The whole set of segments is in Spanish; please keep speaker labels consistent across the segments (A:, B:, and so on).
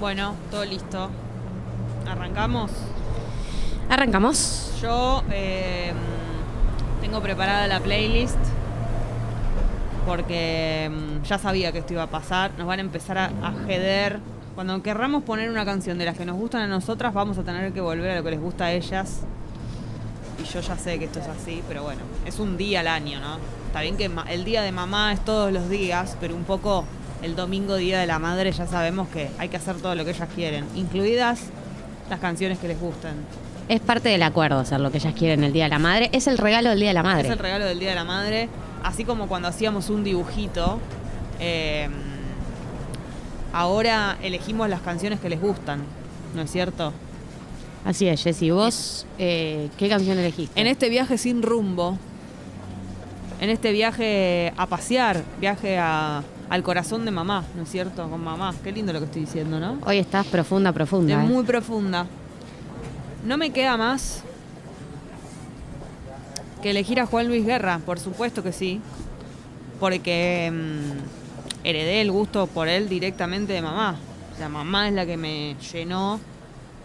A: Bueno, todo listo. ¿Arrancamos?
B: Arrancamos.
A: Yo eh, tengo preparada la playlist porque mm, ya sabía que esto iba a pasar. Nos van a empezar a, a jeder. Cuando querramos poner una canción de las que nos gustan a nosotras, vamos a tener que volver a lo que les gusta a ellas. Y yo ya sé que esto es así, pero bueno, es un día al año, ¿no? Está bien que ma- el día de mamá es todos los días, pero un poco el domingo, día de la madre, ya sabemos que hay que hacer todo lo que ellas quieren, incluidas las canciones que les gustan.
B: Es parte del acuerdo hacer lo que ellas quieren el Día de la Madre. Es el regalo del Día de la Madre.
A: Es el regalo del Día de la Madre, así como cuando hacíamos un dibujito. eh, ahora elegimos las canciones que les gustan, ¿no es cierto?
B: Así es, Jessy. ¿Vos eh, qué canción elegiste?
A: En este viaje sin rumbo, en este viaje a pasear, viaje a- al corazón de mamá, ¿no es cierto? Con mamá. Qué lindo lo que estoy diciendo, ¿no?
B: Hoy estás profunda,
A: Es
B: profunda. eh.
A: muy profunda. No me queda más que elegir a Juan Luis Guerra, por supuesto que sí, porque mm, heredé el gusto por él directamente de mamá. O sea, mamá es la que me llenó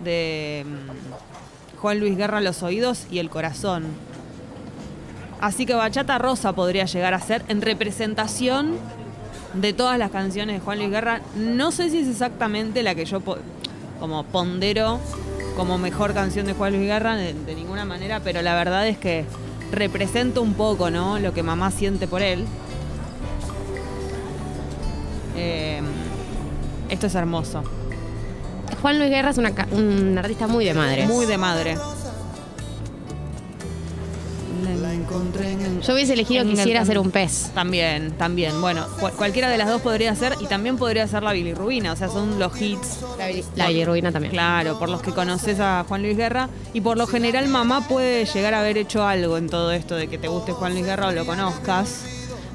A: de mm, Juan Luis Guerra los oídos y el corazón. Así que Bachata Rosa podría llegar a ser en representación de todas las canciones de Juan Luis Guerra. No sé si es exactamente la que yo po- como pondero como mejor canción de Juan Luis Guerra de, de ninguna manera, pero la verdad es que representa un poco, ¿no? Lo que mamá siente por él. Eh, esto es hermoso.
B: Juan Luis Guerra es una ca- un artista muy de madre.
A: Muy de madre. La encontré en el-
B: Yo hubiese elegido
A: en el
B: Quisiera
A: cam-
B: ser un pez.
A: También, también. Bueno, cual- cualquiera de las dos podría ser y también podría ser la bilirrubina. O sea, son los hits
B: La bilirruina también.
A: Claro, por los que conoces a Juan Luis Guerra. Y por lo general, mamá puede llegar a haber hecho algo en todo esto de que te guste Juan Luis Guerra o lo conozcas.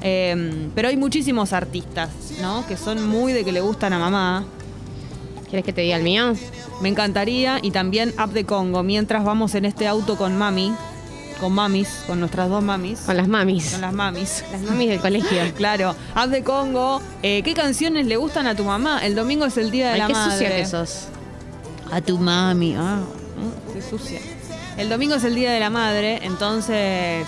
A: Eh, pero hay muchísimos artistas, ¿no? Que son muy de que le gustan a mamá.
B: ¿Quieres que te diga el mío?
A: Me encantaría. Y también Up de Congo. Mientras vamos en este auto con mami, con mamis, con nuestras dos mamis.
B: Con las mamis.
A: Con las mamis.
B: Las mamis del colegio.
A: Claro, Up de Congo. Eh, ¿Qué canciones le gustan a tu mamá? El domingo es el día de
B: Ay,
A: la
B: qué
A: madre.
B: sucia que sos.
A: A tu mami. Ah, mm, qué sucia. El domingo es el Día de la Madre, entonces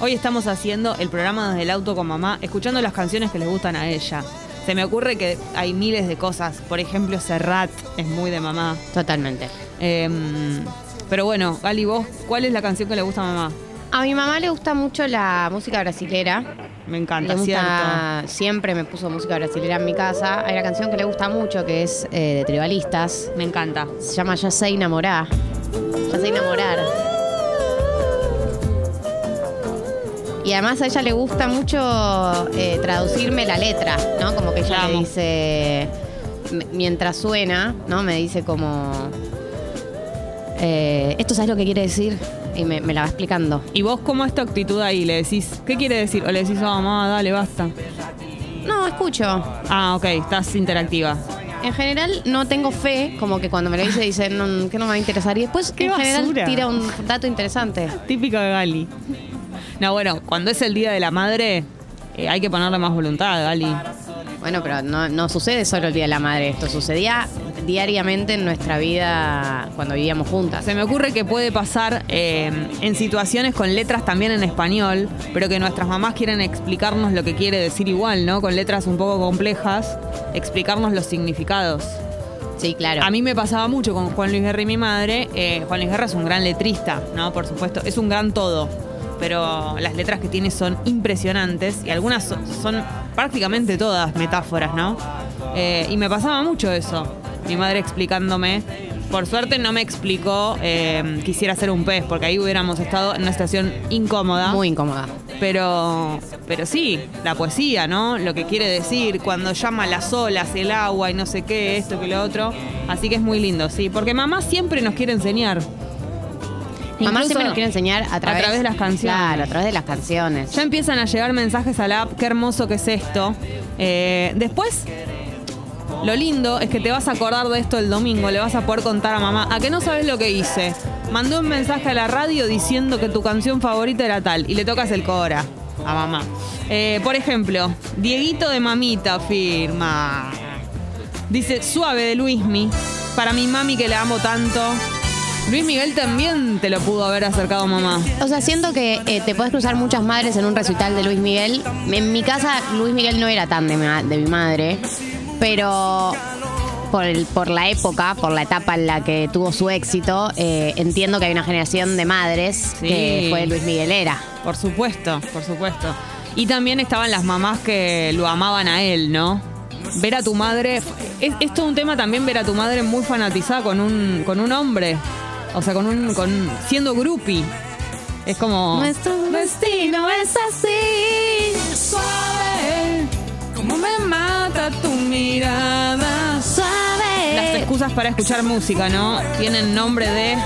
A: hoy estamos haciendo el programa desde el auto con mamá, escuchando las canciones que les gustan a ella. Se me ocurre que hay miles de cosas. Por ejemplo, Serrat es muy de mamá.
B: Totalmente.
A: Em, pero bueno, Gali, vos, ¿cuál es la canción que le gusta a mamá?
B: A mi mamá le gusta mucho la música brasilera.
A: Me encanta,
B: Le
A: ¿cierto?
B: gusta- siempre me puso música brasileña en mi casa. Hay una canción que le gusta mucho que es eh, de Tribalistas.
A: Me encanta.
B: Se llama Ya sé enamorar. Ya sé enamorar. Y además a ella le gusta mucho eh, traducirme la letra, ¿no? Como que
A: La
B: ella me
A: amo.
B: dice, m- mientras suena, ¿no? Me dice como, eh, ¿esto sabes lo que quiere decir? Y me, me la va explicando.
A: ¿Y vos cómo es tu actitud ahí? ¿Le decís qué quiere decir? ¿O le decís, oh, mamá, dale, basta?
B: No, escucho.
A: Ah, ok, estás interactiva.
B: En general no tengo fe, como que cuando me lo dice dicen que no me va a interesar. Y después
A: ¡Qué
B: en
A: basura!
B: general tira un dato interesante.
A: Típico de Gali. No, bueno, cuando es el Día de la Madre, eh, hay que ponerle más voluntad, Gali.
B: Bueno, pero no, no sucede solo el Día de la Madre, esto sucedía diariamente en nuestra vida cuando vivíamos juntas.
A: Se me ocurre que puede pasar eh, en situaciones con letras también en español, pero que nuestras mamás quieren explicarnos lo que quiere decir igual, ¿no? Con letras un poco complejas, explicarnos los significados.
B: Sí, claro.
A: A mí me pasaba mucho con Juan Luis Guerra y mi madre. Eh, Juan Luis Guerra es un gran letrista, ¿no? Por supuesto, es un gran todo. Pero las letras que tiene son impresionantes y algunas son, son prácticamente todas metáforas, ¿no? Eh, y me pasaba mucho eso, mi madre explicándome. Por suerte no me explicó eh, quisiera ser un pez, porque ahí hubiéramos estado en una situación incómoda.
B: Muy incómoda.
A: Pero, pero sí, la poesía, ¿no? Lo que quiere decir, cuando llama las olas, el agua y no sé qué, esto que lo otro. Así que es muy lindo, sí. Porque mamá siempre nos quiere enseñar.
B: Mamá
A: Incluso
B: siempre nos quiere enseñar a través,
A: través de las canciones.
B: Claro, a través de las canciones.
A: Ya empiezan a llegar mensajes a la app, qué hermoso que es esto. Eh, después, lo lindo es que te vas a acordar de esto el domingo, le vas a poder contar a mamá, a que no sabes lo que hice. Mandó un mensaje a la radio diciendo que tu canción favorita era tal y le tocas el cora a mamá. Eh, por ejemplo, Dieguito de Mamita firma. Dice, suave de Luismi. Para mi mami que la amo tanto. Luis Miguel también te lo pudo haber acercado mamá.
B: O sea, siento que eh, te puedes cruzar muchas madres en un recital de Luis Miguel. En mi casa, Luis Miguel no era tan de mi, ma- de mi madre, pero por, el- por la época, por la etapa en la que tuvo su éxito, eh, entiendo que hay una generación de madres
A: Sí.
B: que fue Luis Miguelera.
A: Por supuesto, por supuesto. Y también estaban las mamás que lo amaban a él, ¿no? Ver a tu madre. Es, es todo un tema también ver a tu madre muy fanatizada con un, con un hombre. O sea, con un. Con, siendo groupie. Es como.
B: Nuestro
A: destino es así. Suave. Como me mata tu mirada. Las
B: Suave.
A: excusas para escuchar música, ¿no? Tienen nombre de.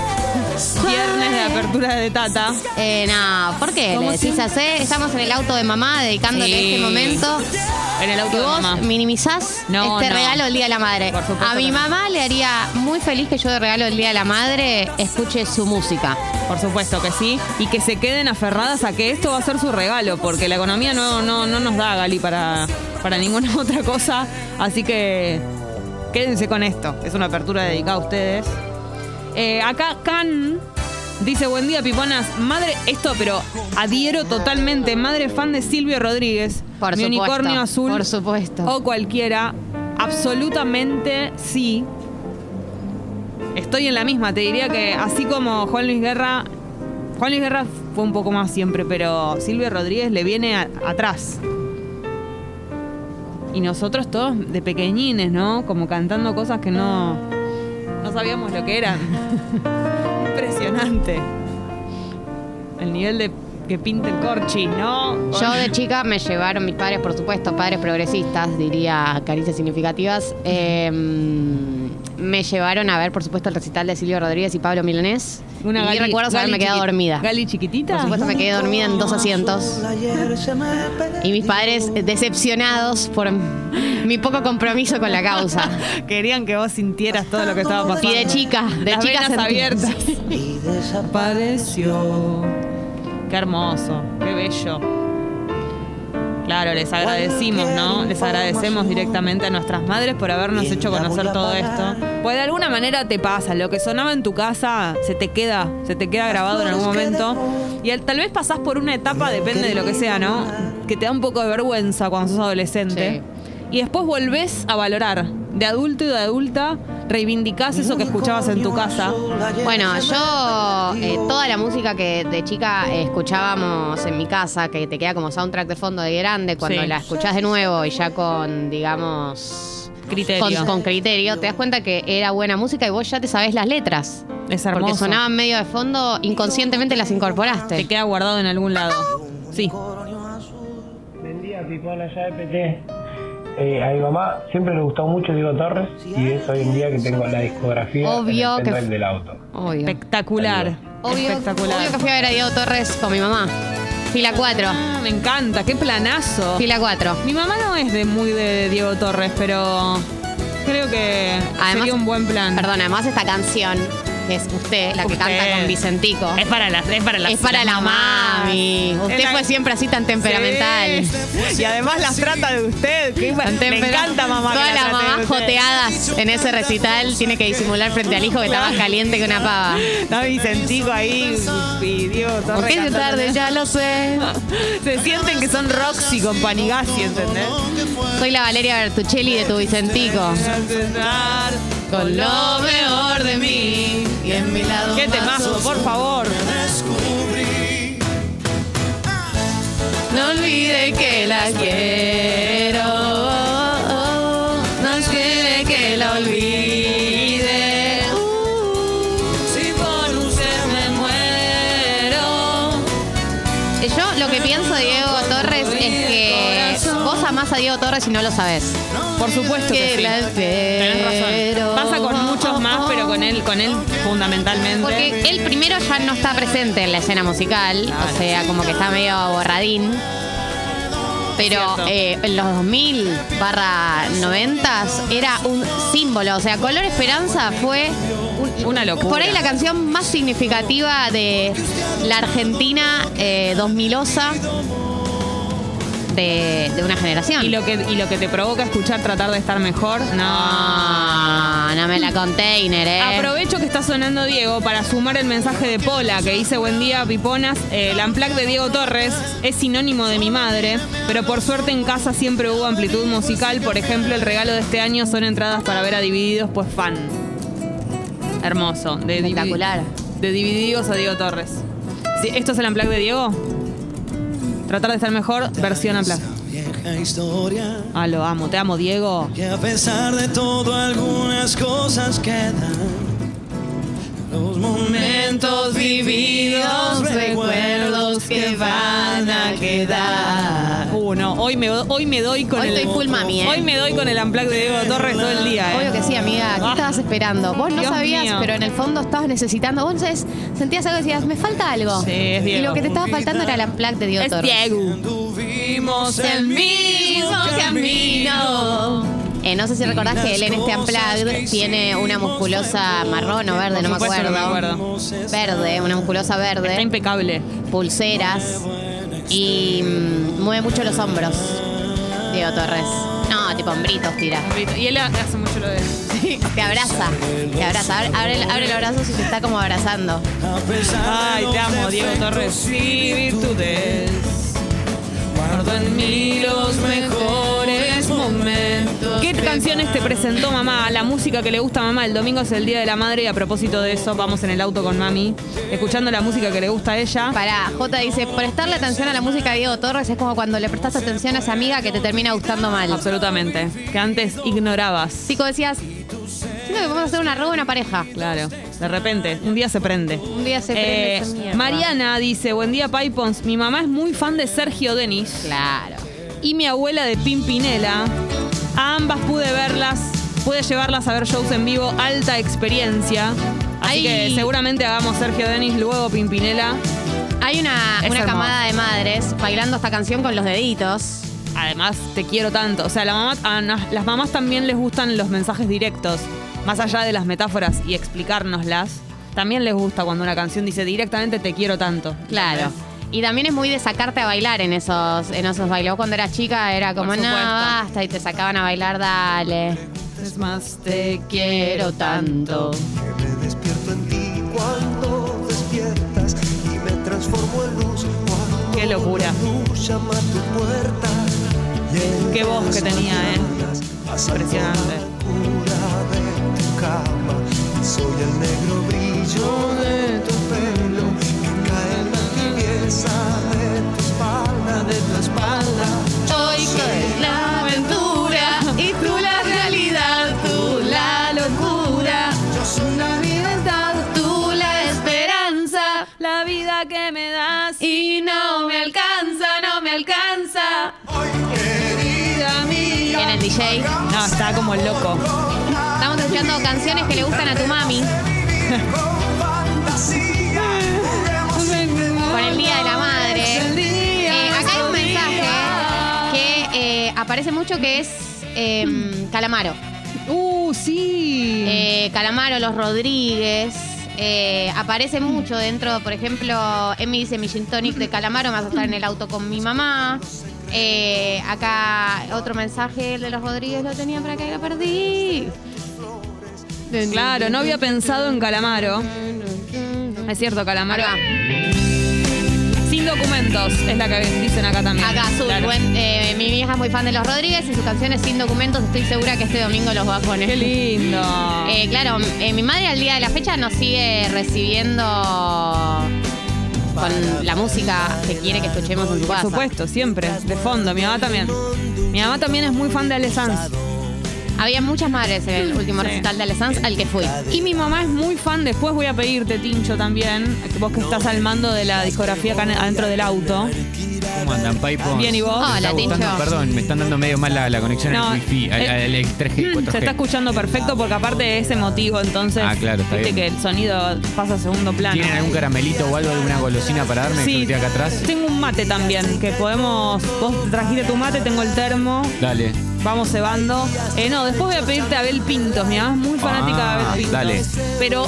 A: Viernes de apertura de Tata.
B: Eh, no, ¿por qué
A: Como
B: le decís
A: si-
B: así? Estamos en el auto de mamá dedicándole
A: Sí.
B: este momento.
A: En el auto
B: Que
A: de
B: vos
A: mamá.
B: minimizás
A: No,
B: este
A: no.
B: regalo del Día de la Madre.
A: Por supuesto
B: A mi
A: que no.
B: mamá le haría muy feliz que yo de regalo del Día de la Madre escuche su música.
A: Por supuesto que sí. Y que se queden aferradas a que esto va a ser su regalo, porque la economía no, no, no nos da, Gali, para, para ninguna otra cosa. Así que quédense con esto. Es una apertura dedicada a ustedes. Eh, acá Can dice, buen día, piponas. Madre, esto, pero adhiero totalmente. Madre fan de Silvio Rodríguez.
B: Por
A: mi
B: supuesto.
A: unicornio azul.
B: Por supuesto.
A: O cualquiera. Absolutamente sí. Estoy en la misma. Te diría que así como Juan Luis Guerra. Juan Luis Guerra fue un poco más siempre, pero Silvio Rodríguez le viene a- atrás. Y nosotros todos de pequeñines, ¿no? Como cantando cosas que no. No sabíamos lo que eran. Impresionante. El nivel de que pinta el corchi, ¿no?
B: Yo de chica me llevaron mis padres, por supuesto, padres progresistas, diría caricias significativas. eh, me llevaron a ver, por supuesto, el recital de Silvio Rodríguez y Pablo Milanés.
A: Una
B: y
A: Gali-
B: recuerdo
A: Gali
B: haberme quedado
A: chiqui-
B: dormida.
A: Gali chiquitita.
B: Por supuesto, me quedé dormida en dos asientos. Y mis padres eh, decepcionados por mi poco compromiso con la causa.
A: Querían que vos sintieras todo lo que estaba pasando.
B: Y de chica, de
A: Las
B: chica
A: venas
B: sentí-
A: abiertas.
C: Y
A: Apareció. Qué hermoso, qué bello. Claro, les agradecimos, ¿no? Les agradecemos directamente a nuestras madres por habernos hecho conocer todo esto. Pues de alguna manera te pasa, lo que sonaba en tu casa se te queda, se te queda grabado en algún momento. Y al- tal vez pasás por una etapa, depende de lo que sea, ¿no? Que te da un poco de vergüenza cuando sos adolescente. Y después volvés a valorar, de adulto y de adulta, reivindicás eso que escuchabas en tu casa.
B: Bueno, yo eh, toda la música que de chica eh, escuchábamos en mi casa, que te queda como soundtrack de fondo de grande, cuando
A: Sí.
B: la escuchás de nuevo y ya con, digamos,
A: Criterio.
B: con, con criterio, te das cuenta que era buena música y vos ya te sabés las letras.
A: es hermoso.
B: Porque sonaban medio de fondo, inconscientemente las
A: Te
B: incorporaste.
A: queda guardado en algún lado. Sí.
D: Buen día, Pipona, ya de PT. Eh, a mi mamá siempre le gustó mucho Diego Torres y es hoy en día que tengo la discografía
B: Obvio
D: en el
B: que-
D: pendrive del auto.
B: Obvio.
A: Espectacular.
B: Obvio,
A: Espectacular.
B: obvio que fui a ver a Diego Torres con mi mamá. Fila 4.
A: Ah, me encanta, qué planazo.
B: Fila 4.
A: Mi mamá no es de muy de Diego Torres, pero creo que
B: Además-
A: sería un buen plan.
B: Perdón, además esta canción, que es usted, la que
A: Usted.
B: canta con Vicentico.
A: Es para las es para las
B: es para
A: las
B: la
A: mamás.
B: mami. Usted
A: Es la-
B: fue siempre así tan temperamental.
A: Sí. Y además las trata de usted. que-
B: Tan
A: Me
B: tempera-
A: encanta mamá. que
B: Todas
A: la
B: las
A: trate de
B: mamás
A: usted.
B: joteadas en ese recital tiene que disimular frente al hijo que está más caliente que una pava.
A: Está Vicentico ahí y Diego Torres.
B: ¿Por qué es
A: cantando.
B: tarde? Ya lo sé.
A: Se sienten que son Roxy con Panigasi, ¿entendés?
B: Soy la Valeria Bertuccelli de tu Vicentico.
A: Con lo
B: mejor de mí y en mi lado.
A: Qué temazo, por favor.
B: No olvide que la quiero. No olvide que la olvide.
A: Si por usted me muero.
B: Yo lo que pienso de Diego Torres es que vos amás a Diego Torres y no lo sabés.
A: Por supuesto que, sí. Tenés razón. Pasa con muchos más, pero con él, con él fundamentalmente.
B: Porque él primero ya no está presente en la escena musical, o sea, como que está medio borradín. Pero
A: Cierto.
B: eh, en los 2000 barra 90 era un símbolo, o sea, Color Esperanza fue un-
A: Una locura.
B: Por ahí la canción más significativa de la Argentina eh, 2000osa. de, de una generación.
A: Y lo, que, y lo que te provoca escuchar tratar de estar mejor, no.
B: Ah, no me la container, eh.
A: Aprovecho que está sonando Diego para sumar el mensaje de Pola que dice buen día Piponas, Eh, el amplac de Diego Torres es sinónimo de mi madre, pero por suerte en casa siempre hubo amplitud musical, por ejemplo el regalo de este año son entradas para ver a Divididos pues fan. Hermoso, de Divi-
B: Espectacular.
A: de Divididos a Diego Torres. Sí, ¿Esto es el amplac de Diego? Tratar de estar mejor, versión amplac.
C: Vieja historia
A: Ah, lo amo, te amo Diego.
C: que a pesar de todo algunas cosas quedan. Los momentos vividos, recuerdos que van a quedar.
A: Uh, no, hoy me, hoy me doy con
B: Hoy
A: el.
B: estoy full mami, eh.
A: Hoy me doy con el amplac de Diego Torres todo el día, eh.
B: Obvio que sí, amiga. ¿Qué
A: Ah.
B: estabas esperando? Vos no
A: Dios
B: sabías,
A: mío.
B: pero en el fondo estabas necesitando. Vos entonces sentías algo y decías, me falta algo.
A: Sí, es
B: y
A: Diego.
B: lo que te estaba faltando era la placa de Dios
A: Es Diego.
C: Tuvimos
B: El mismo camino. Eh, no sé si recordás que él en este Unplugged tiene una musculosa marrón o verde, no me
A: Por supuesto
B: acuerdo.
A: que me acuerdo.
B: Verde, una musculosa
A: Está
B: verde,
A: impecable.
B: pulseras y mm, mueve mucho los hombros. Diego Torres. No, tipo hombritos tira.
A: Y él hace mucho lo de.
B: Te abraza, te abraza. Abre, abre, el- abre los brazos y se está como abrazando.
C: A pesar de
A: Ay,
C: los
A: te amo, Diego Torres.
C: defectos y virtudes, guardo en mí los mejores momentos.
A: ¿Qué canciones te presentó mamá? La música que le gusta a mamá. El domingo es el Día de la Madre y a propósito de eso, vamos en el auto con mami, escuchando la música que le gusta a ella.
B: Pará, J dice, prestarle atención a la música de Diego Torres es como cuando le prestas atención a esa amiga que te termina gustando mal.
A: Absolutamente. Que antes ignorabas.
B: Chico, decías, siento que podemos hacer una roba a una pareja.
A: Claro. De repente, un día se prende.
B: Un día se
A: Eh,
B: prende esa mierda.
A: Mariana dice, buen día Paipons, mi mamá es muy fan de Sergio Denis
B: Claro.
A: y mi abuela de Pimpinela. A ambas pude verlas, pude llevarlas a ver shows en vivo, alta experiencia. Así
B: Ay.
A: que seguramente hagamos Sergio Denis, luego Pimpinela.
B: Hay una,
A: Es
B: una
A: hermoso.
B: camada de madres bailando esta canción con los deditos.
A: Además, te quiero tanto. O sea, la mamá, a na- las mamás también les gustan los mensajes directos, más allá de las metáforas y explicárnoslas. También les gusta cuando una canción dice directamente te quiero tanto.
B: Claro. Y también es muy de sacarte a bailar en esos, en esos bailes. Vos cuando eras chica era como,
A: Por
B: no,
A: supuesto.
B: basta, y te sacaban a bailar, dale.
A: Es más,
B: Te quiero tanto.
E: Que me despierto en ti cuando despiertas y me transformo en luz. Cuando
A: Qué locura.
E: la luz llama a tu puerta. y en
A: Qué voz que
E: las
A: tenía, ¿eh?
E: mañanas pasando
A: Impresionante.
E: la locura de tu cama. Y soy el negro brillo de tu pelo que cae en la tibieza de tu espalda, de tu espalda.
B: Hoy con la aventura y tú la realidad, tú la locura. Yo soy la libertad, tú la esperanza.
A: La vida que me das
B: Y no me alcanza, no me alcanza. Viene el DJ.
A: No, está como loco.
B: Estamos escuchando canciones que le gustan a tu mami por el Día de la Madre. Eh, acá hay un mensaje que eh, aparece mucho que es em, Calamaro.
A: Uh, sí.
B: Eh, Calamaro, los Rodríguez. eh, aparece mucho dentro, por ejemplo, Emi dice mi gin tonic de Calamaro, me vas a estar en el auto con mi mamá. Eh, acá otro mensaje el de los Rodríguez lo tenía para acá y lo perdí.
A: claro, no había pensado en Calamaro. Es cierto, Calamaro.
B: Acá,
A: Sin documentos, es la que dicen acá también.
B: acá Azul,
A: Claro.
B: buen- eh, mi vieja es muy fan de los Rodríguez y sus canciones sin documentos. Estoy segura que este domingo los va a poner.
A: Qué lindo.
B: Eh, claro, eh, mi madre al día de la fecha nos sigue recibiendo con la música que quiere que escuchemos en su
A: Por
B: casa.
A: supuesto, siempre. De fondo, mi mamá también. Mi mamá también es muy fan de Ale Sanz.
B: Había muchas madres en el último
A: Sí.
B: recital de Alessandra al que fui.
A: Y mi mamá es muy fan, después voy a pedirte, Tincho, también, vos que estás al mando de la discografía acá adentro del auto.
F: ¿Cómo andan, Paipo?
A: Bien, ¿y vos?
F: Me está
B: Hola,
F: gustando-
B: Tincho.
F: Perdón, me están dando medio mal la, la conexión
A: No,
F: al wifi, al,
A: eh,
F: al- al 3G,
A: Mm,
F: 4G.
A: Se está escuchando perfecto porque aparte es emotivo, entonces
F: Ah, claro, está
A: viste
F: bien.
A: que el sonido pasa a segundo plano.
F: ¿Tienen algún caramelito o algo, alguna golosina para darme que
A: Sí,
F: estoy acá atrás?
A: tengo un mate también, que podemos, vos trajiste tu mate, tengo el termo.
F: Dale.
A: Vamos cebando. Eh, no, después voy a pedirte a Abel Pintos. Mi mamá es muy fanática de
F: Ah,
A: Abel Pintos.
F: dale.
A: Pero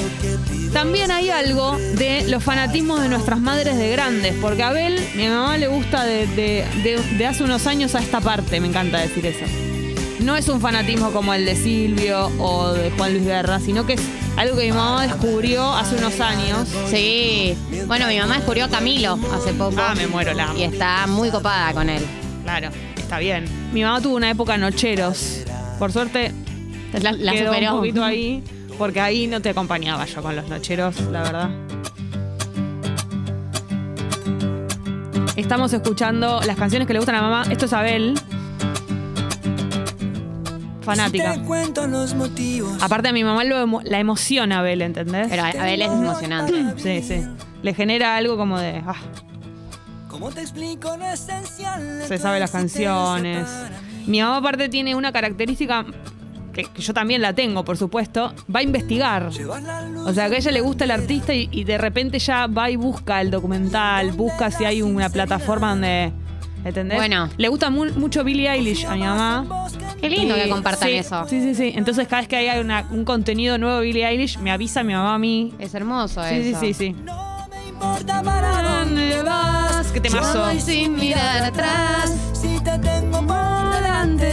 A: también hay algo de los fanatismos de nuestras madres de grandes. Porque a Abel, mi mamá le gusta de, de- de- de hace unos años a esta parte. Me encanta decir eso. No es un fanatismo como el de Silvio o de Juan Luis Guerra, sino que es algo que mi mamá descubrió hace unos años.
B: Sí. Bueno, mi mamá descubrió a Camilo hace poco.
A: Ah, me muero, la amo.
B: Y está muy copada con él.
A: Claro, está bien. Mi mamá tuvo una época nocheros. Por suerte,
B: La, la
A: quedó
B: superó.
A: un poquito ahí, porque ahí no te acompañaba yo con los nocheros, la verdad. Estamos escuchando las canciones que le gustan a mamá. Esto es Abel. Fanática. Ah.
G: Si te cuento los motivos.
A: Aparte a mi mamá lo emo- la emociona Abel, ¿entendés?
B: Pero a, a él es emocionante.
A: Sí, sí. Le genera algo como de... ah,
G: ¿Cómo te explico lo esencial? de
A: se
G: tu
A: sabe las
G: existencia
A: canciones.
G: para mí?
A: Mi mamá aparte tiene una característica que, que yo también la tengo, por supuesto, va a investigar.
G: Llevar la luz
A: O sea, que a ella le gusta el artista y, y de repente ya va y busca el documental, busca si hay una plataforma donde... ¿Entendés?
B: Bueno.
A: Le gusta mu- mucho Billie Eilish a mi mamá.
G: en vos que
B: Qué lindo
A: Y-
B: que compartan
A: sí,
B: eso.
A: Sí, sí, sí. Entonces cada vez que haya una- un contenido nuevo de Billie Eilish, me avisa mi mamá a mí.
B: Es hermoso
A: Sí, sí,
B: eso.
A: sí, sí.
G: no me importa para dónde vas.
A: ¿Qué temazo?
B: Voy sin mirar atrás.
G: Si te tengo por delante.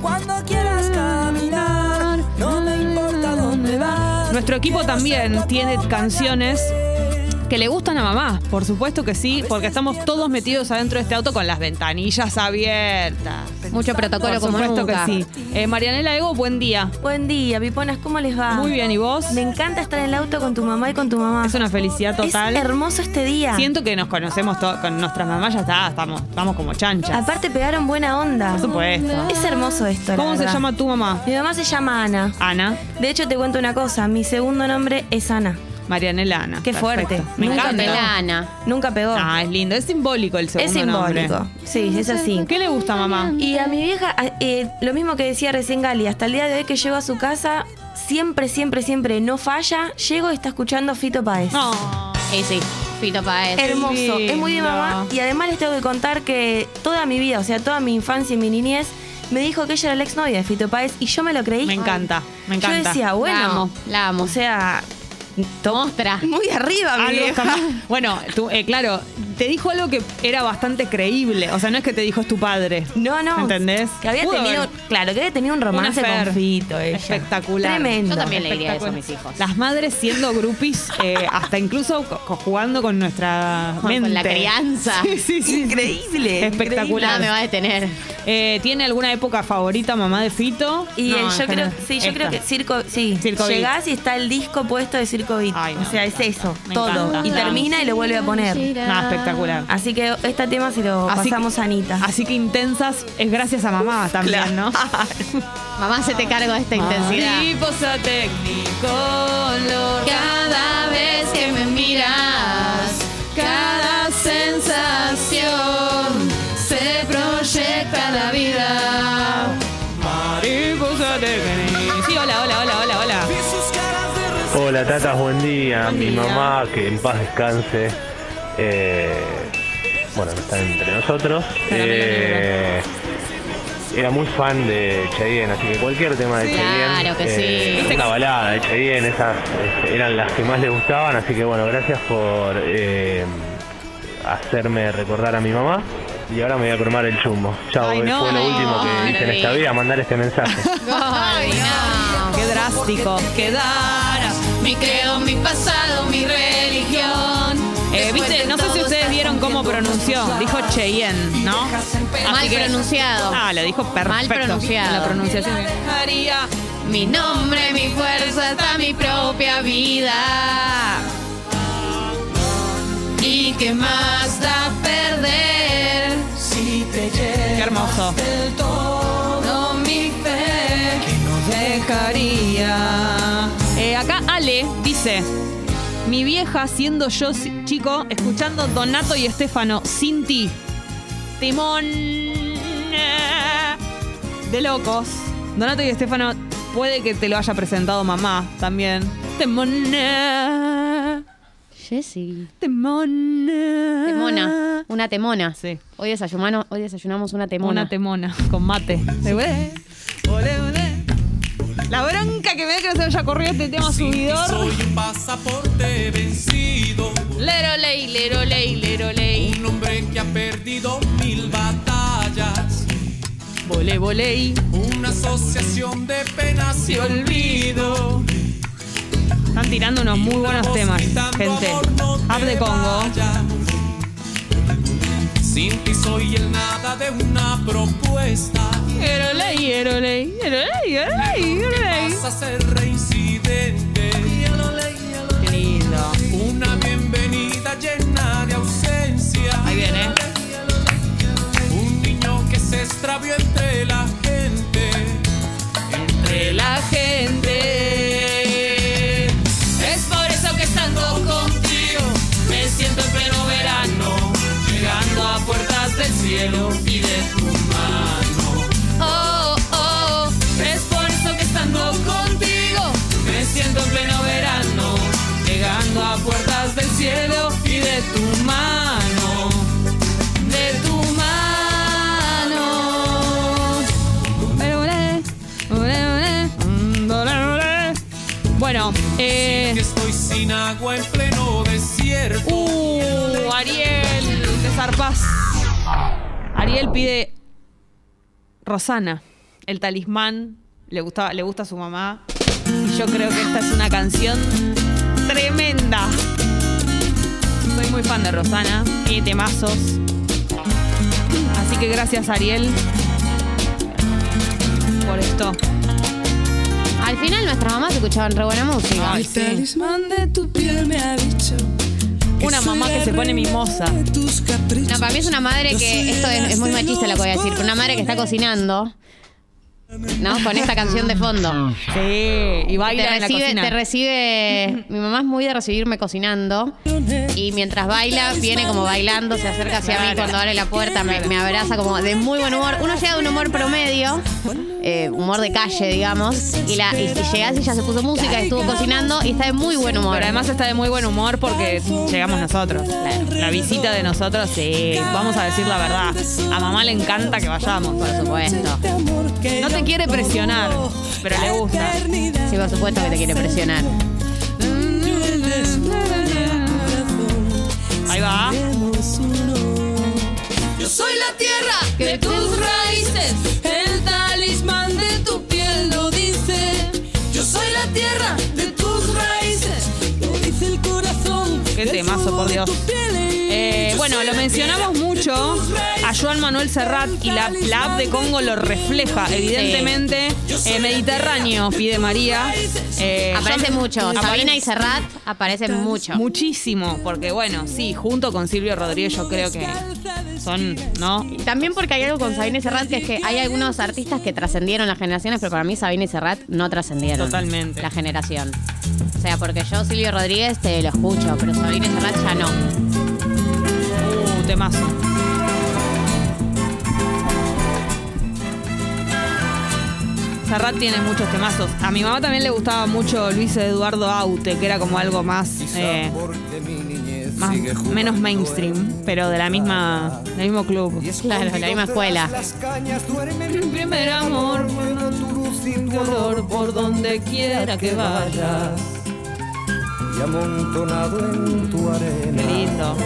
G: Cuando quieras caminar, no me importa dónde vas.
A: Nuestro equipo
G: Quiero
A: también
G: ser
A: tiene
G: tu
A: canciones que le gustan a mamá, por supuesto que sí, porque estamos todos metidos adentro de este auto con las ventanillas abiertas.
B: Mucho protocolo
A: Por
B: como
A: supuesto que
B: nunca.
A: sí. Eh, Marianela Ego, buen día.
H: Buen día, Piponas, ¿cómo les va?
A: Muy bien, ¿y vos?
H: Me encanta estar en el auto con tu mamá y con tu mamá.
A: Es una felicidad total.
H: Es hermoso este día.
A: Siento que nos conocemos to- con nuestras mamás, ya está, estamos, estamos como chanchas.
H: Aparte pegaron buena onda.
A: Por supuesto.
H: Es hermoso esto. la
A: ¿Cómo se
H: verdad.
A: llama tu mamá?
H: Mi mamá se llama Ana.
A: Ana.
H: De hecho, te cuento una cosa. Mi segundo nombre es Ana.
A: Marianela Ana.
H: Qué fuerte.
A: Me
B: Nunca
A: encanta.
B: te la Ana.
H: Nunca pegó.
A: Ah, es lindo. Es simbólico el segundo
H: es simbólico.
A: nombre.
H: Sí, es así.
A: ¿Qué le gusta a mamá?
H: Y a mi vieja, a- eh, lo mismo que decía recién Gali, hasta el día de hoy que llego a su casa, siempre, siempre, siempre, no falla, llego y está escuchando Fito Paez. Ah.
A: No.
B: Y sí, Fito Paez.
H: Hermoso, es muy de
A: lindo.
H: mamá. Y además les tengo que contar que toda mi vida, o sea, toda mi infancia y mi niñez, me dijo que ella era la exnovia de Fito Páez y yo me lo creí.
A: Me encanta, me encanta.
H: Yo decía, bueno,
B: La amo, la amo.
H: o sea,
B: Mostra.
H: muy arriba, mi
A: Algo
H: vieja.
A: capaz- Bueno, tú, eh, claro, te dijo algo que era bastante creíble. O sea, no es que te dijo es tu padre.
H: No, no.
A: ¿Entendés?
H: Que había
A: Pudo
H: tenido,
A: haber-
H: claro, que había tenido un romance
A: Un affair.
H: con Fito ella.
A: Espectacular.
H: Tremendo.
B: Yo también le diría eso a mis hijos.
A: Las madres siendo groupies, eh, hasta incluso co- co- jugando con nuestra
B: Con-
A: mente.
B: con la crianza.
A: Sí, sí, sí.
H: Increíble.
B: Nada
A: Espectacular.
B: me va a detener.
A: Eh, ¿Tiene alguna época favorita mamá de Fito?
H: Y
A: No,
H: el-
A: en
H: yo creo,
A: general.
H: sí, yo
A: Esta.
H: creo que Circo, sí,
A: Circo Beat.
H: llegás y está el disco puesto de Circo Beat.
A: Ay, no,
H: o sea,
A: me
H: es
A: encanta.
H: eso,
A: Me
H: todo.
A: encanta.
H: Y
A: No.
H: termina y lo vuelve a poner.
A: No, Ah, espectacular.
H: Así que este tema se lo
A: Así
H: pasamos
A: que-
H: a Anita.
A: Así que intensas es gracias a mamá también, ¿no?
B: Mamá, se te cargo de esta Ah, intensidad. Cada vez que me miras, cada sensación se proyecta la vida.
A: Sí, hola, hola, hola, hola, hola.
D: Hola tatas, buen día.
A: Buen
D: Mi
A: día.
D: mamá, que en paz descanse, eh, bueno, no está entre nosotros,
A: Caramelo
D: eh, era muy fan de Cheyenne, así que cualquier tema de
A: Sí.
D: Cheyenne,
B: Claro que
D: eh,
B: sí.
D: una balada de Cheyenne, esas eh, eran las que más le gustaban, así que bueno, gracias por eh, hacerme recordar a mi mamá. Y ahora me voy a colmar el chumbo. Chao, eh,
A: Ay, no,
D: fue lo
A: no,
D: último que hice en esta
B: maravilla.
D: vida, mandar este mensaje.
B: Ay, no.
A: Qué drástico. Quedar.
B: Mi credo, mi pasado, mi religión.
A: Eh, Viste, no sé si ustedes vieron cómo pronunció. Dijo Cheyenne, ¿no?
B: Mal
A: Así que-
B: pronunciado.
A: Ah, lo dijo perfecto.
B: Mal pronunciado.
A: La pronunciación.
B: Mi nombre, mi fuerza, hasta mi propia vida. ¿Y qué más da perder?
A: Qué hermoso.
B: No mi fe.
A: Eh, acá Ale dice. Mi vieja, siendo yo si- chico, escuchando Donato y Estefano, sin ti. Timón. eh, De locos. Donato y Estefano, puede que te lo haya presentado mamá también. Timón. eh.
B: Jessy.
A: Temona.
B: Temona. Una temona.
A: Sí.
B: Hoy desayunamos, hoy desayunamos una temona.
A: Una temona con mate. De güey. Olé, olé. La bronca que me da que no se haya corrido este tema subidor.
I: Soy un pasaporte vencido,
B: Leroley, leroley, leroley.
I: un hombre que ha perdido mil batallas,
A: Volé, volé.
I: una asociación de penas y olvido.
A: Están tirando unos muy buenos
I: Vamos
A: temas,
I: quitando
A: gente.
I: amor, no
A: App
I: te
A: de Congo.
I: vayas. Sin ti soy el nada de una propuesta.
A: Eroley, eroley, eroley, eroley, eroley.
I: Vas a ser reincidente.
A: Qué lindo.
I: Una bienvenida llena de ausencia.
A: Ahí viene.
I: Un niño que se extravió entre la gente.
A: Entre la gente. Es por eso que estando contigo me siento en pleno verano.
I: Llegando a puertas del cielo y de tu mano.
A: Oh, oh, es por eso que estando contigo
I: Me siento en pleno verano, llegando a puertas del cielo y de tu mano, de tu mano.
A: Mm, Bueno, eh.
I: Estoy sin agua en pleno desierto.
A: Uh, Ariel, te zarpas. Ariel pide Rosana, el talismán. Le, gustaba, le gusta a su mamá. Y yo creo que esta es una canción tremenda. Soy muy fan de Rosana. Tiene temazos. Así que gracias, Ariel, por esto.
B: Al final nuestras mamás escuchaban re buena música.
A: Ay,
G: El talismán de tu piel me ha dicho.
A: Una mamá que se pone mimosa.
B: No, para mí es una madre que. Esto es, es muy machista lo que voy a decir. pero Una madre que está cocinando. ¿No? Con esta canción de fondo.
A: Sí, y
B: Te
A: baila en la
B: recibe,
A: cocina.
B: te recibe. Mi mamá es muy de recibirme cocinando. Y mientras baila, viene como bailando, se acerca hacia mí cuando abre la puerta, me, me abraza como de muy buen humor. Uno llega de un humor promedio, eh, humor de calle, digamos. Y, la, y, y llegás y ya se puso música, estuvo cocinando y está de muy buen humor.
A: Pero además está de muy buen humor porque llegamos nosotros. La, la visita de nosotros, sí, vamos a decir la verdad. A mamá le encanta que vayamos, por supuesto. No te quiere presionar, pero le gusta.
B: Sí, por supuesto que te quiere presionar.
A: Ahí va.
G: Yo soy la tierra de tus raíces, el talismán de tu piel lo dice. Yo soy la tierra de tus raíces, lo dice el corazón.
A: Qué
G: el
A: temazo,
G: fuego
A: por
G: de
A: Dios.
G: tu piel.
A: Eh,
G: Yo
A: bueno,
G: soy
A: lo
G: la
A: mencionamos
G: tierra de
A: mucho
G: tus raíces.
A: a Joan Manuel Serrat y la, la app de Congo lo refleja, evidentemente. Eh, Mediterráneo, pide María. Eh,
B: Aparece
A: Joan-
B: mucho. Sabina y Serrat aparecen mucho.
A: Muchísimo, porque bueno, sí, junto con Silvio Rodríguez yo creo que son, ¿no?
B: Y También porque hay algo con Sabina y Serrat que es que hay algunos artistas que trascendieron las generaciones, pero para mí Sabina y Serrat no trascendieron.
A: Totalmente.
B: La generación. O sea, porque yo, Silvio Rodríguez, te lo escucho, pero Sabina y Serrat ya no.
A: Uh, temazo. Serrat tiene muchos temazos. A mi mamá también le gustaba mucho Luis Eduardo Aute, que era como algo más, eh, más menos mainstream, pero de la misma, del mismo club.
B: Claro, la misma escuela.
E: Las cañas duermen
A: Primer amor,
E: bueno, tu luz y tu
A: dolor
E: olor
A: por donde quiera que vaya.
E: y amontonado en tu
A: Qué
E: arena.
A: lindo.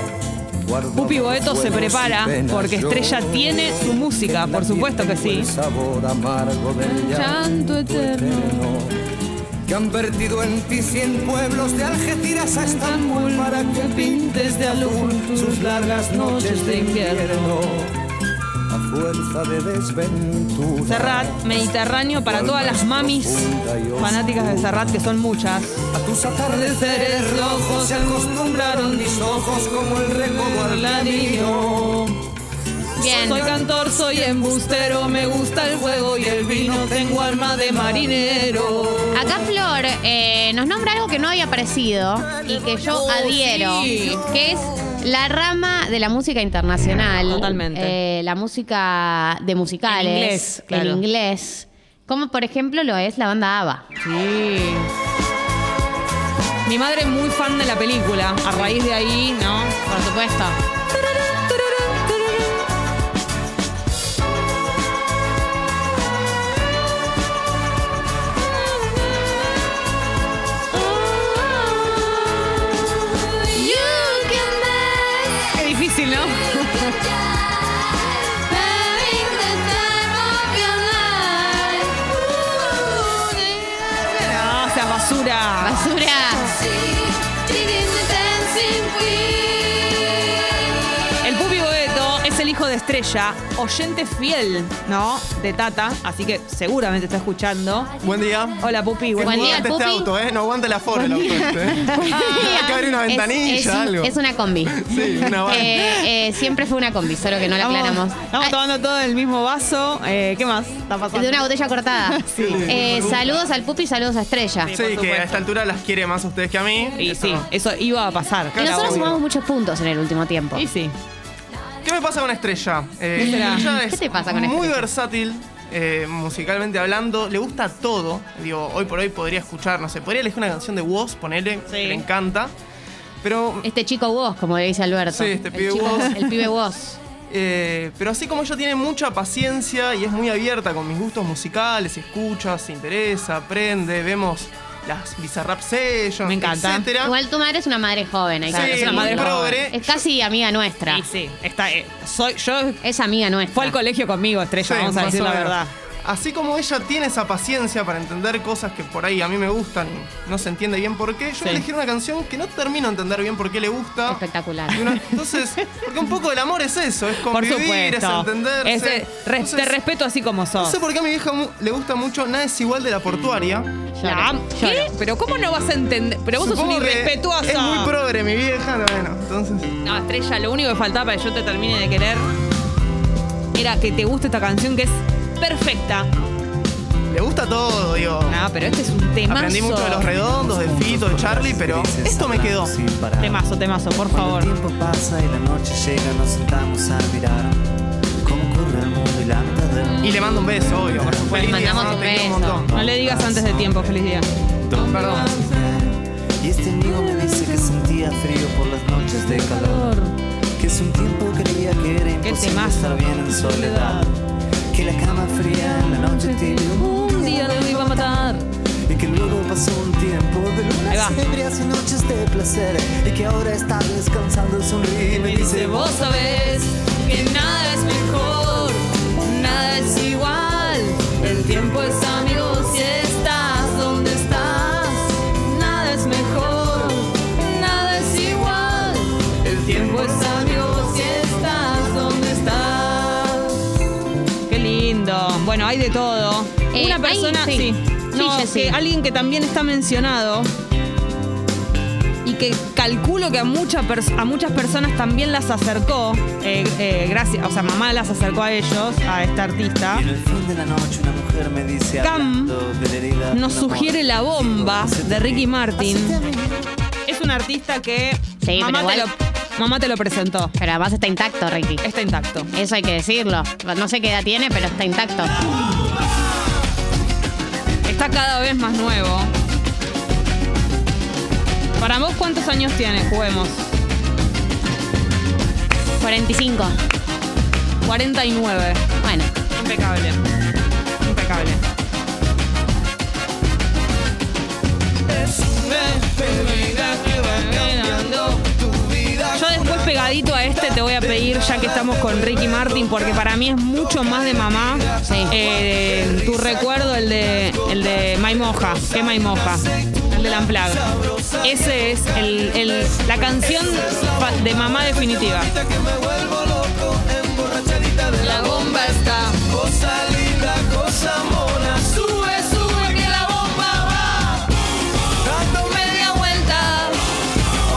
E: guardo
A: Pupi Boeto se
E: fuegos y
A: prepara
E: penas
A: porque
E: yo,
A: Estrella tiene su música,
E: en
A: por
E: la piel
A: supuesto que
E: tengo
A: sí.
E: El sabor amargo del
A: llanto
E: llanto
A: eterno.
E: eterno. Que han vertido en ti cien pueblos de Algeciras a Estambul para que pintes de azul sus largas noches de invierno. A fuerza de desventura.
A: Serrat, Mediterráneo para todas las mamis fanáticas de Serrat, que son muchas.
E: A tus atardeceres rojos se acostumbraron mis ojos como el recodo al anillo.
B: Bien.
A: Soy cantor, soy embustero, me gusta el juego y el vino, tengo alma de marinero.
B: Acá Flor eh, nos nombra algo que no había aparecido y que yo
A: Oh,
B: adhiero,
A: sí.
B: que es la rama de la música internacional.
A: Totalmente.
B: Eh, la música de musicales.
A: En inglés, claro.
B: En inglés. Como por ejemplo lo es la banda ABBA.
A: Sí. Mi madre es muy fan de la película. A raíz de ahí, ¿no?
B: Por supuesto.
A: Es difícil, ¿no? No, o sea, basura.
B: Basura.
A: El Pupi Boeto es el hijo de Estrella, oyente fiel, ¿no? De Tata, así que seguramente está escuchando.
J: Buen día.
A: Hola, Pupi. buen
B: Buen
A: día.
B: día,
J: Aguante este
B: Pupi.
J: auto, ¿eh? No aguante la Ford el auto este. ¿eh? Hay que abrir una
B: Es-
J: ventanilla,
B: es, un-
J: algo.
B: Es una combi.
J: Sí, una van.
B: Eh, eh, siempre fue una combi, solo que no la aclaramos.
A: Estamos tomando todo del mismo vaso. Eh, ¿Qué más está
B: Ah,
A: pasando?
B: de una botella cortada.
A: Sí.
B: Eh, saludos al Pupi y saludos a Estrella.
J: Sí, que a esta altura las quiere más a ustedes que a mí.
A: Y
J: Eso.
A: sí, eso iba a pasar.
B: Y
A: era
B: nosotros
A: obvio.
B: sumamos muchos puntos en el último tiempo.
A: Y sí.
J: ¿Qué me pasa con Estrella? Eh,
A: ¿Qué será?
J: Estrella
B: ¿Qué
J: es
B: te pasa con este
J: Muy
B: Estrella?
J: versátil, eh, musicalmente hablando. Le gusta todo. Digo, hoy por hoy podría escuchar, no sé, podría elegir una canción de Woz, ponele,
A: Sí.
J: que le encanta. Pero,
B: Este chico vos, como le dice Alberto.
J: Sí, este
B: El
J: pibe
B: chico-
J: vos.
B: El pibe vos.
J: eh, pero así como ella tiene mucha paciencia y es muy abierta con mis gustos musicales, escucha, se interesa, aprende, vemos las Bizarrap Sessions,
A: Me encanta.
J: etcétera.
B: Igual tu madre es una madre joven. Hay que
J: Sí,
A: es una
B: decirlo.
A: madre
J: progre.
B: Es casi amiga nuestra.
A: Y sí, está. eh, soy, yo
B: Es amiga nuestra.
A: fue al colegio conmigo, Estrella,
J: Sí,
A: vamos a
J: más
A: decir
J: o
A: la
J: menos.
A: verdad.
J: Así como ella tiene esa paciencia para entender cosas que por ahí a mí me gustan y no se entiende bien por qué, yo
A: Sí.
J: voy a elegir una canción que no termino de entender bien por qué le gusta.
B: Espectacular.
J: Y una- entonces, porque un poco del amor es eso, es
A: Por
J: convivir, es
A: supuesto.
J: entenderse.
A: Es de- re- te
J: Entonces,
A: respeto así como
J: no
A: sos.
J: sé por qué a mi vieja mu- le gusta mucho Nada es igual de la portuaria.
A: La am-
B: Lloro,
A: ¿Qué?
B: lloro.
A: Pero ¿cómo no vas a entender? Pero vos sos
J: Supongo
A: un
J: que
A: irrespetuoso.
J: Es muy progre mi vieja, no, bueno, entonces...
A: No, Estrella, lo único que faltaba para que yo te termine de querer era que te guste esta canción que es perfecta.
J: Le gusta todo, digo.
A: No, pero este es un temazo.
J: Aprendí mucho de los redondos, de Fito, de Charlie, pero esto me quedó.
E: Sin parar.
A: Temazo, temazo, por
E: Cuando
A: favor.
E: el tiempo pasa y la noche llega, nos sentamos a mirar cómo corre el mundo y la mitad del mundo.
J: Y le mando un beso, obvio. Feliz día,
B: mandamos
J: ¿no?
B: un
J: Te quiero
B: beso.
J: montón.
A: No le digas antes de tiempo, feliz día.
J: Perdón.
E: Y este amigo me dice que sentía frío por las noches de calor. Que hace un tiempo creía que era imposible
A: temazo.
E: estar bien en soledad. Que la cama fría en la noche tibia
A: Un día lo iba a matar.
E: Y que luego pasó un tiempo de
A: Ahí va.
E: lunas ebrias y noches de placer. Y que ahora está descansando, sonríe y me dice vos.
I: sabés que nada es mejor, nada es igual. El tiempo es amigo si estás donde estás. Nada es mejor, nada es igual. El tiempo es amigo si estás donde estás.
A: Qué lindo. Bueno, hay de todo.
B: Eh,
A: Una
B: hay-
A: persona,
B: sí.
A: sí.
B: Sí,
A: No,
B: Jessy.
A: que alguien que también está mencionado y que calculo que a, mucha pers- a muchas personas también las acercó, eh, eh, gracias, o sea, mamá las acercó a ellos, a esta artista.
J: ¿Ah?
E: Y en el fin de la noche una mujer me dice
A: Cam
E: hablando de la herida de
A: Nos
E: un amor.
A: sugiere La Bomba de Ricky Martin.
E: Hacete a mí.
A: Es un artista que
B: Sí,
A: mamá,
B: pero
A: te lo,
B: igual-
A: mamá te lo presentó.
B: Pero además está intacto, Ricky.
A: Está intacto.
B: Eso hay que decirlo. No sé qué edad tiene, pero está intacto.
A: Está cada vez más nuevo. Para vos, ¿cuántos años tiene? Juguemos.
B: 45.
A: 49.
B: Bueno.
A: Impecable. Impecable. Yo después pegadito a este te voy a pedir, ya que estamos con Ricky Martin, porque para mí es mucho más de mamá.
B: Sí.
A: eh, tu recuerdo, el de el de May Moja, ¿qué May Moja? El de Lamplag. Ese es el- el- la canción fa- de mamá definitiva.
I: La bomba está. Cosa linda, cosa mona. Sube, sube que la bomba va. Dando media vuelta.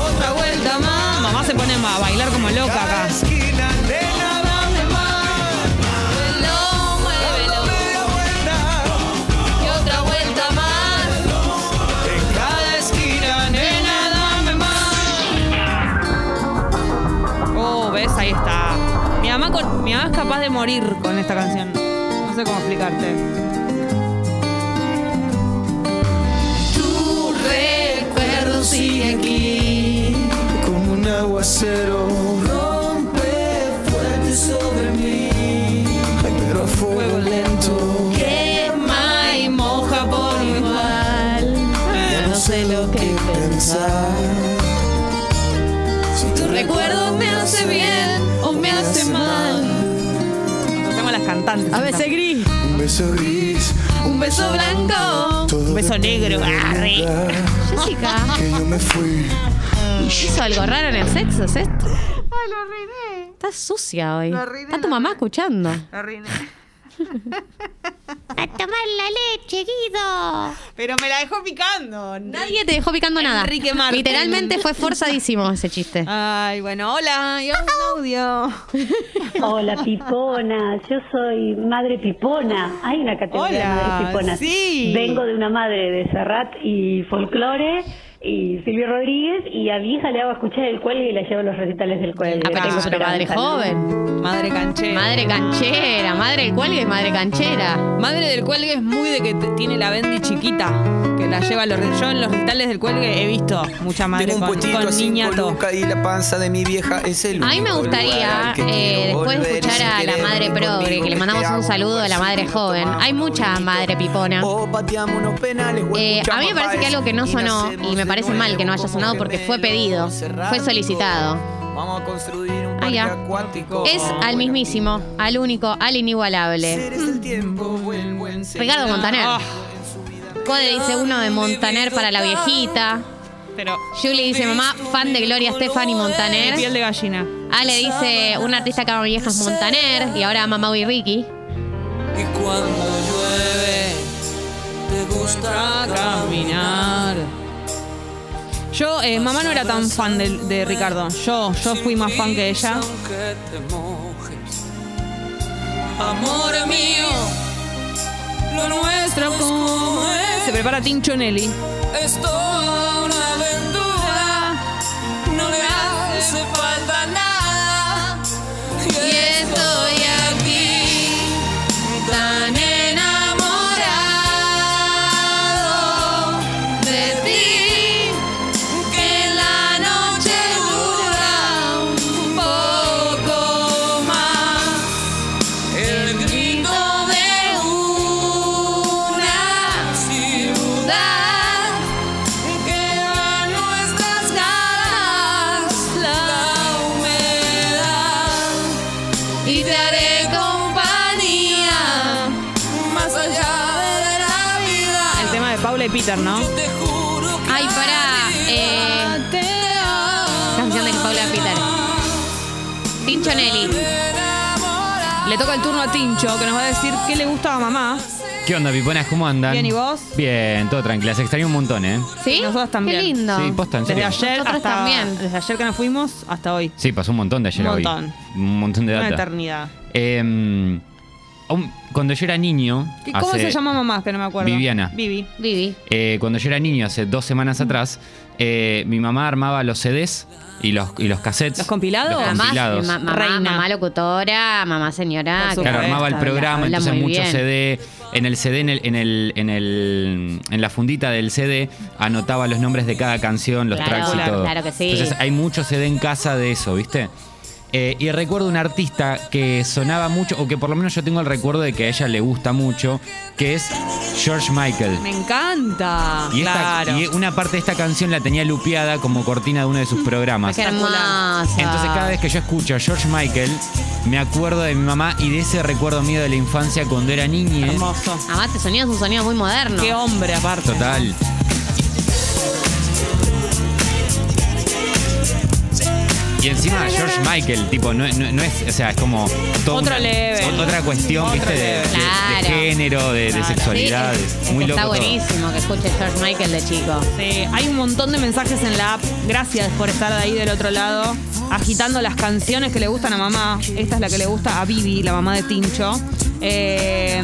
I: Otra vuelta más.
A: Mamá se pone a bailar como loca acá.
I: Esquina, nena, dame más. Muévelo, muévelo. media vuelta. Y otra vuelta más. En cada esquina, nena, dame más.
A: Oh, ves, ahí está. Mi mamá, con- mi mamá es capaz de morir con esta canción. No sé cómo explicarte.
I: Tu recuerdo si pasar. Si tu recuerdo me hace bien o me hace mal.
A: Tengo las cantantes.
I: A veces gris,
E: Un beso gris,
I: un beso blanco,
E: todo
A: Un beso negro. Ah, Arre.
B: Jessica,
E: que yo me fui.
B: ¿hizo algo raro en el sexo? ¿Es esto? Ay, Ah, lo arruiné. Estás sucia hoy. Está tu mamá escuchando. A tomar la leche, Guido.
A: Pero me la dejó picando.
B: Nadie te dejó picando nada.
A: Enrique Martin.
B: Literalmente fue forzadísimo ese chiste.
A: Ay, bueno, hola. Y un audio.
K: Hola Pipona, yo soy Madre Pipona. Hay una categoría
A: Hola,
K: de Madres Piponas.
A: sí.
K: Vengo de una madre de Serrat y folclore y Silvio Rodríguez y a mi hija le hago escuchar el cuelgue y la llevo a los recitales del cuelgue.
B: Ah, pero
K: Tengo
B: sos una madre
K: esperanza, ¿no?
B: joven.
A: Madre canchera.
B: Madre canchera. Madre del cuelgue, madre canchera.
A: Madre del cuelgue es muy de que te- tiene la bendy chiquita. Que la lleva a los. Yo en los recitales del cuelgue he visto mucha madre
L: Tengo un
A: con,
L: puestito a
A: con
L: cinco
A: niñato.
L: lucas y la panza de mi vieja es el
B: A mí me
L: único lugar
B: gustaría,
L: al que
B: eh,
L: quiero
B: después de
L: volver y
B: escuchar
L: sin
B: a la
L: querer
B: madre
L: venir
B: progre,
L: conmigo
B: que le
L: y
B: mandamos un
L: esperamos
B: saludo a la
L: si
B: madre
L: nos
B: joven.
L: tomamos
B: Hay mucha
L: bonito.
B: madre pipona.
L: O pateamos unos penales, o
B: Eh, a
L: escuchamos
B: mí me parece que
L: Páez
B: algo que no
L: y
B: sonó,
L: nacemos
B: y me
L: de
B: parece mal que no haya
L: nuevo
B: sonado
L: como
B: porque fue
L: gemelos,
B: pedido,
L: Serrat
B: fue
L: y
B: solicitado.
L: Cobo. Vamos a construir un
B: Ah,
L: parque
B: ya.
L: acuático.
B: Es
C: Oh,
B: al mismísimo, al único, al inigualable.
L: Seres del tiempo, vuelvo enseguida.
B: Ricardo Montaner.
C: Ah.
B: Code dice uno de Montaner para la viejita.
A: Pero.
B: Julie dice mamá, fan de Gloria Estefan y
A: Piel
B: Montaner.
A: de gallina.
B: Ale dice un artista que ama viejas Montaner y ahora ama Maui Ricky.
C: Y cuando llueve, te gusta caminar.
A: Yo, eh, mamá no era tan fan de, de Ricardo. Yo, yo fui más fan que ella.
C: Aunque te mojes. Amor mío, lo nuestro es como
A: Se
C: es.
A: prepara Tincho Nelly.
C: Es toda una aventura. No me hace falta nada. Y estoy aquí tan enamorado de ti que la noche dura un poco más. El grito de una ciudad que va a nuestras caras la humedad y te haré compañía más allá de la vida.
A: El tema de Paula y Peter, ¿no?
C: Te juro que
B: Ay, pará. eh,
C: te amo.
B: canción de Paula Peter. Tincho Nelly.
A: Le toca el turno a Tincho, que nos va a decir qué le gusta a mamá.
F: ¿Qué onda, piponas? ¿Cómo andan?
A: Bien, ¿y vos?
F: Bien, todo tranquilo. Se extrañó un montón, ¿eh?
B: ¿Sí?
A: Nosotros también.
B: Qué lindo.
F: Sí, posta, en
A: Desde
F: serio.
A: ayer
B: Nosotros
A: hasta
B: también.
A: Desde ayer que nos fuimos hasta hoy.
F: Sí, pasó un montón de ayer
A: Un
F: a hoy.
A: montón.
F: Un montón de
A: Una
F: data.
A: eternidad.
F: Eh, aún- cuando yo era niño.
A: ¿Qué- ¿Cómo
F: hace-
A: se llama mamá? Que no me acuerdo.
F: Viviana.
A: Vivi.
B: Vivi.
F: Eh, cuando yo era niño, hace dos
B: Mm.
F: semanas atrás, eh, mi mamá armaba los CDs y los, y los cassettes.
A: ¿Los compilados?
F: Los
A: Mamá,
F: compilados.
B: Ma- mamá,
A: Reina.
B: mamá locutora, mamá señora.
A: Por
B: que-
A: supuesto.
F: Claro, armaba el
B: habla-
F: programa,
B: habla
F: entonces
B: muy
F: mucho
B: bien.
F: CD. En el CD, en, el, en, el, en, el- en la fundita del CD, anotaba los nombres de cada canción, los
B: Claro,
F: tracks y todo.
B: claro que sí.
F: Entonces hay mucho CD en casa de eso, ¿viste? Eh, y recuerdo un artista que sonaba mucho, o que por lo menos yo tengo el recuerdo de que a ella le gusta mucho, que es George Michael.
A: Me encanta.
F: Y, esta-
A: claro.
F: y una parte de esta canción la tenía lupeada como cortina de uno de
B: Mm.
F: sus programas.
B: Qué hermosa.
F: Entonces cada vez que yo escucho a George Michael, me acuerdo de mi mamá y de ese recuerdo mío de la infancia cuando era niña.
A: Hermoso.
B: Además, este sonido es un sonido muy moderno.
A: Qué hombre, aparte.
F: Total. Y encima George Michael, tipo, no, no- no es, o sea, es como todo
A: Otro
F: una-
A: level.
F: otra cuestión,
A: Otro
F: viste, de, de-
A: level.
F: de
B: Claro.
F: género, de, de
B: Claro.
F: sexualidad.
B: Sí,
F: es
B: es
F: muy
B: que
F: loco.
B: Está
F: todo.
B: buenísimo que escuche George Michael de chico.
A: Sí, hay un montón de mensajes en la app. Gracias por estar ahí del otro lado, agitando las canciones que le gustan a mamá. Esta es la que le gusta a Vivi, la mamá de Tincho. Eh,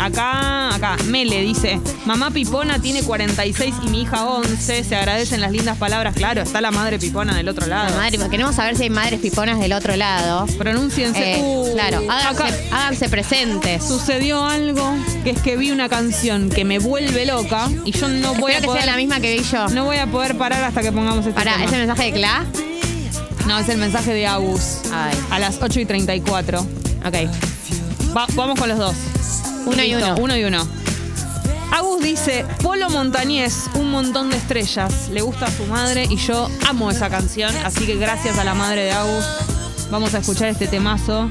A: acá, acá, Mele dice, mamá Pipona tiene 46 y mi hija 11. Se agradecen las lindas palabras. Claro, está la madre Pipona del otro
B: La
A: lado.
B: madre, queremos saber si hay madres piponas del otro lado.
A: Pronunciense.
B: Eh,
A: Uh,
B: claro,
A: acá
B: háganse, háganse presentes.
A: sucedió algo que es que vi una canción que me vuelve loca y yo no voy a
B: Espero que sea
A: poder
B: la misma que vi yo.
A: no voy a poder parar hasta que pongamos este
B: Para,
A: tema.
B: ese mensaje de Cla.
A: No, es el mensaje de Agus.
B: Ay.
A: A las 8 y 34.
B: Ok.
A: Va- vamos con los dos.
B: Uno y
A: Listo,
B: uno.
A: Uno y uno. Agus dice, Polo Montañés, un montón de estrellas. Le gusta a su madre y yo amo esa canción. Así que gracias a la madre de Agus, vamos a escuchar este temazo.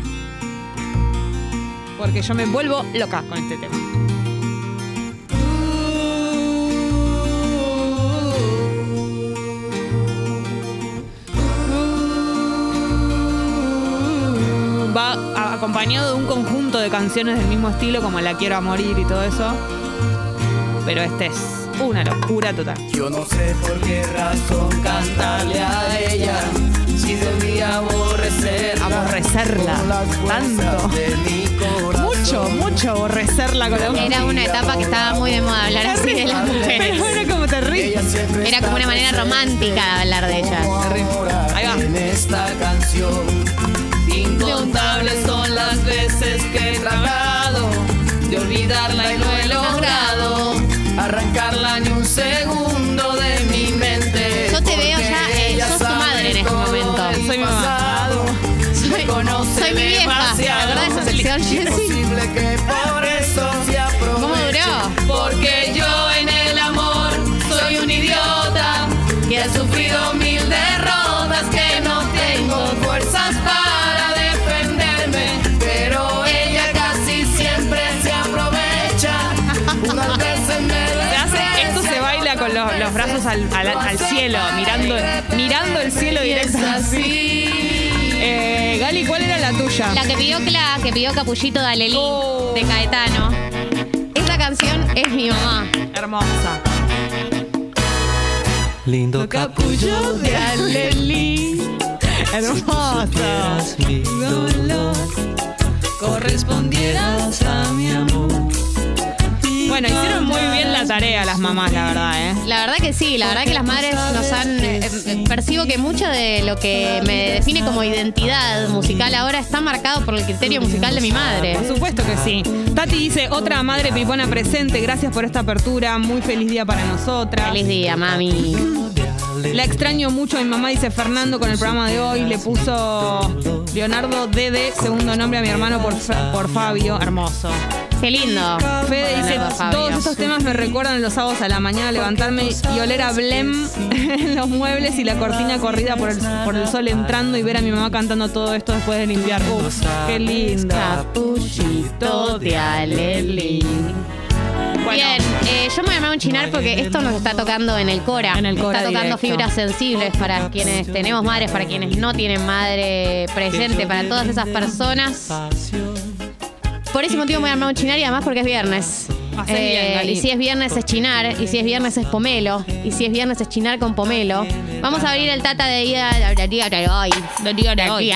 A: Porque yo me vuelvo loca con este tema. Va a- acompañado de un conjunto de canciones del mismo estilo, como La Quiero a Morir y todo eso. Pero este es una locura total.
M: Yo no sé por qué razón cantarle a ella si debí aborrecerla.
A: Aborrecerla.
M: con las fuerzas
A: Tanto.
M: de mi corazón.
A: Mucho, mucho aborrecerla con la
B: Era una etapa que estaba muy de moda hablar así de las mujeres.
A: Pero era como terrible.
B: Era como una manera romántica de hablar de ellas.
A: Ahí va.
M: En esta canción,
J: Incontables son las veces que he tratado de olvidarla y no he logrado arrancarla ni un segundo de mi mente.
B: Yo te veo ya, eh,
J: Ella
B: sos tu
J: sabe
B: madre en este
J: todo
B: momento.
J: de
B: Soy mi mamá.
J: pasado, me conoce
B: soy mi vieja.
J: demasiado.
B: ¿Te acordás de esa sección, Jessy?
J: Imposible que por eso se aproveche.
B: ¿Cómo duró?
J: Porque yo en el amor soy un idiota que ha sufrido mil derrotas, que no tengo fuerzas para defenderme. Pero ella casi siempre se aprovecha. Unas veces me
A: Se hace- esto se baila con los, los brazos al, al- al cielo, mirando, mirando el cielo directo. Eh, Gali, ¿cuál era la tuya?
B: La que pidió Cla, que pidió Capullito de Alelí, de Caetano. Esa canción es mi mamá.
A: Hermosa.
F: Lindo
A: Capullo de Alelí. Hermosa.
F: mi dolor.
J: correspondieras a mi amor.
A: Bueno, hicieron muy bien la tarea las mamás, la verdad, ¿eh?
B: La verdad que sí, la verdad que las madres nos han... eh, eh, percibo que mucho de lo que me define como identidad musical ahora está marcado por el criterio musical de mi madre.
A: Por supuesto que sí. Tati dice, otra madre pipona presente, gracias por esta apertura, muy feliz día para nosotras.
B: Feliz día, mami.
A: La extraño mucho, mi mamá dice Fernando con el programa de hoy, le puso Leonardo DD, segundo nombre a mi hermano por, Fa- por Fabio, hermoso.
B: Qué lindo.
A: Fede dice,
B: Leonardo Fabio.
A: todos estos temas me recuerdan los sábados a la mañana levantarme y oler a Blem en los muebles y la cortina corrida por el, por el sol entrando y ver a mi mamá cantando todo esto después de limpiar. Uf, qué lindo.
B: Capullito de Alelí. Bien, eh, yo me voy a un chinar porque esto nos está tocando en el Cora.
A: el Cora
B: Está
A: directo.
B: tocando fibras sensibles para quienes tenemos madres, para quienes no tienen madre presente, para todas esas personas. Por ese motivo me voy a armar un chinar y además porque es viernes. Eh,
A: Hacé bien, Gali.
B: y si es viernes es chinar, y si es viernes es pomelo, y si es viernes es chinar con pomelo. Vamos a abrir el tata de día de día de hoy. De día de hoy.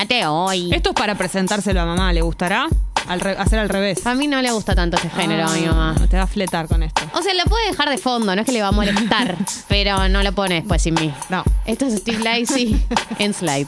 B: hoy.
A: Esto es para presentárselo a mamá, ¿le gustará? Al re- hacer al revés.
B: A mí no le gusta tanto ese género a mi mamá.
A: Te va a fletar con esto.
B: O sea, lo puede dejar de fondo, no es que le va a molestar, pero no lo pone después sin mí.
A: No.
B: Esto es Steve Lacey en Slide.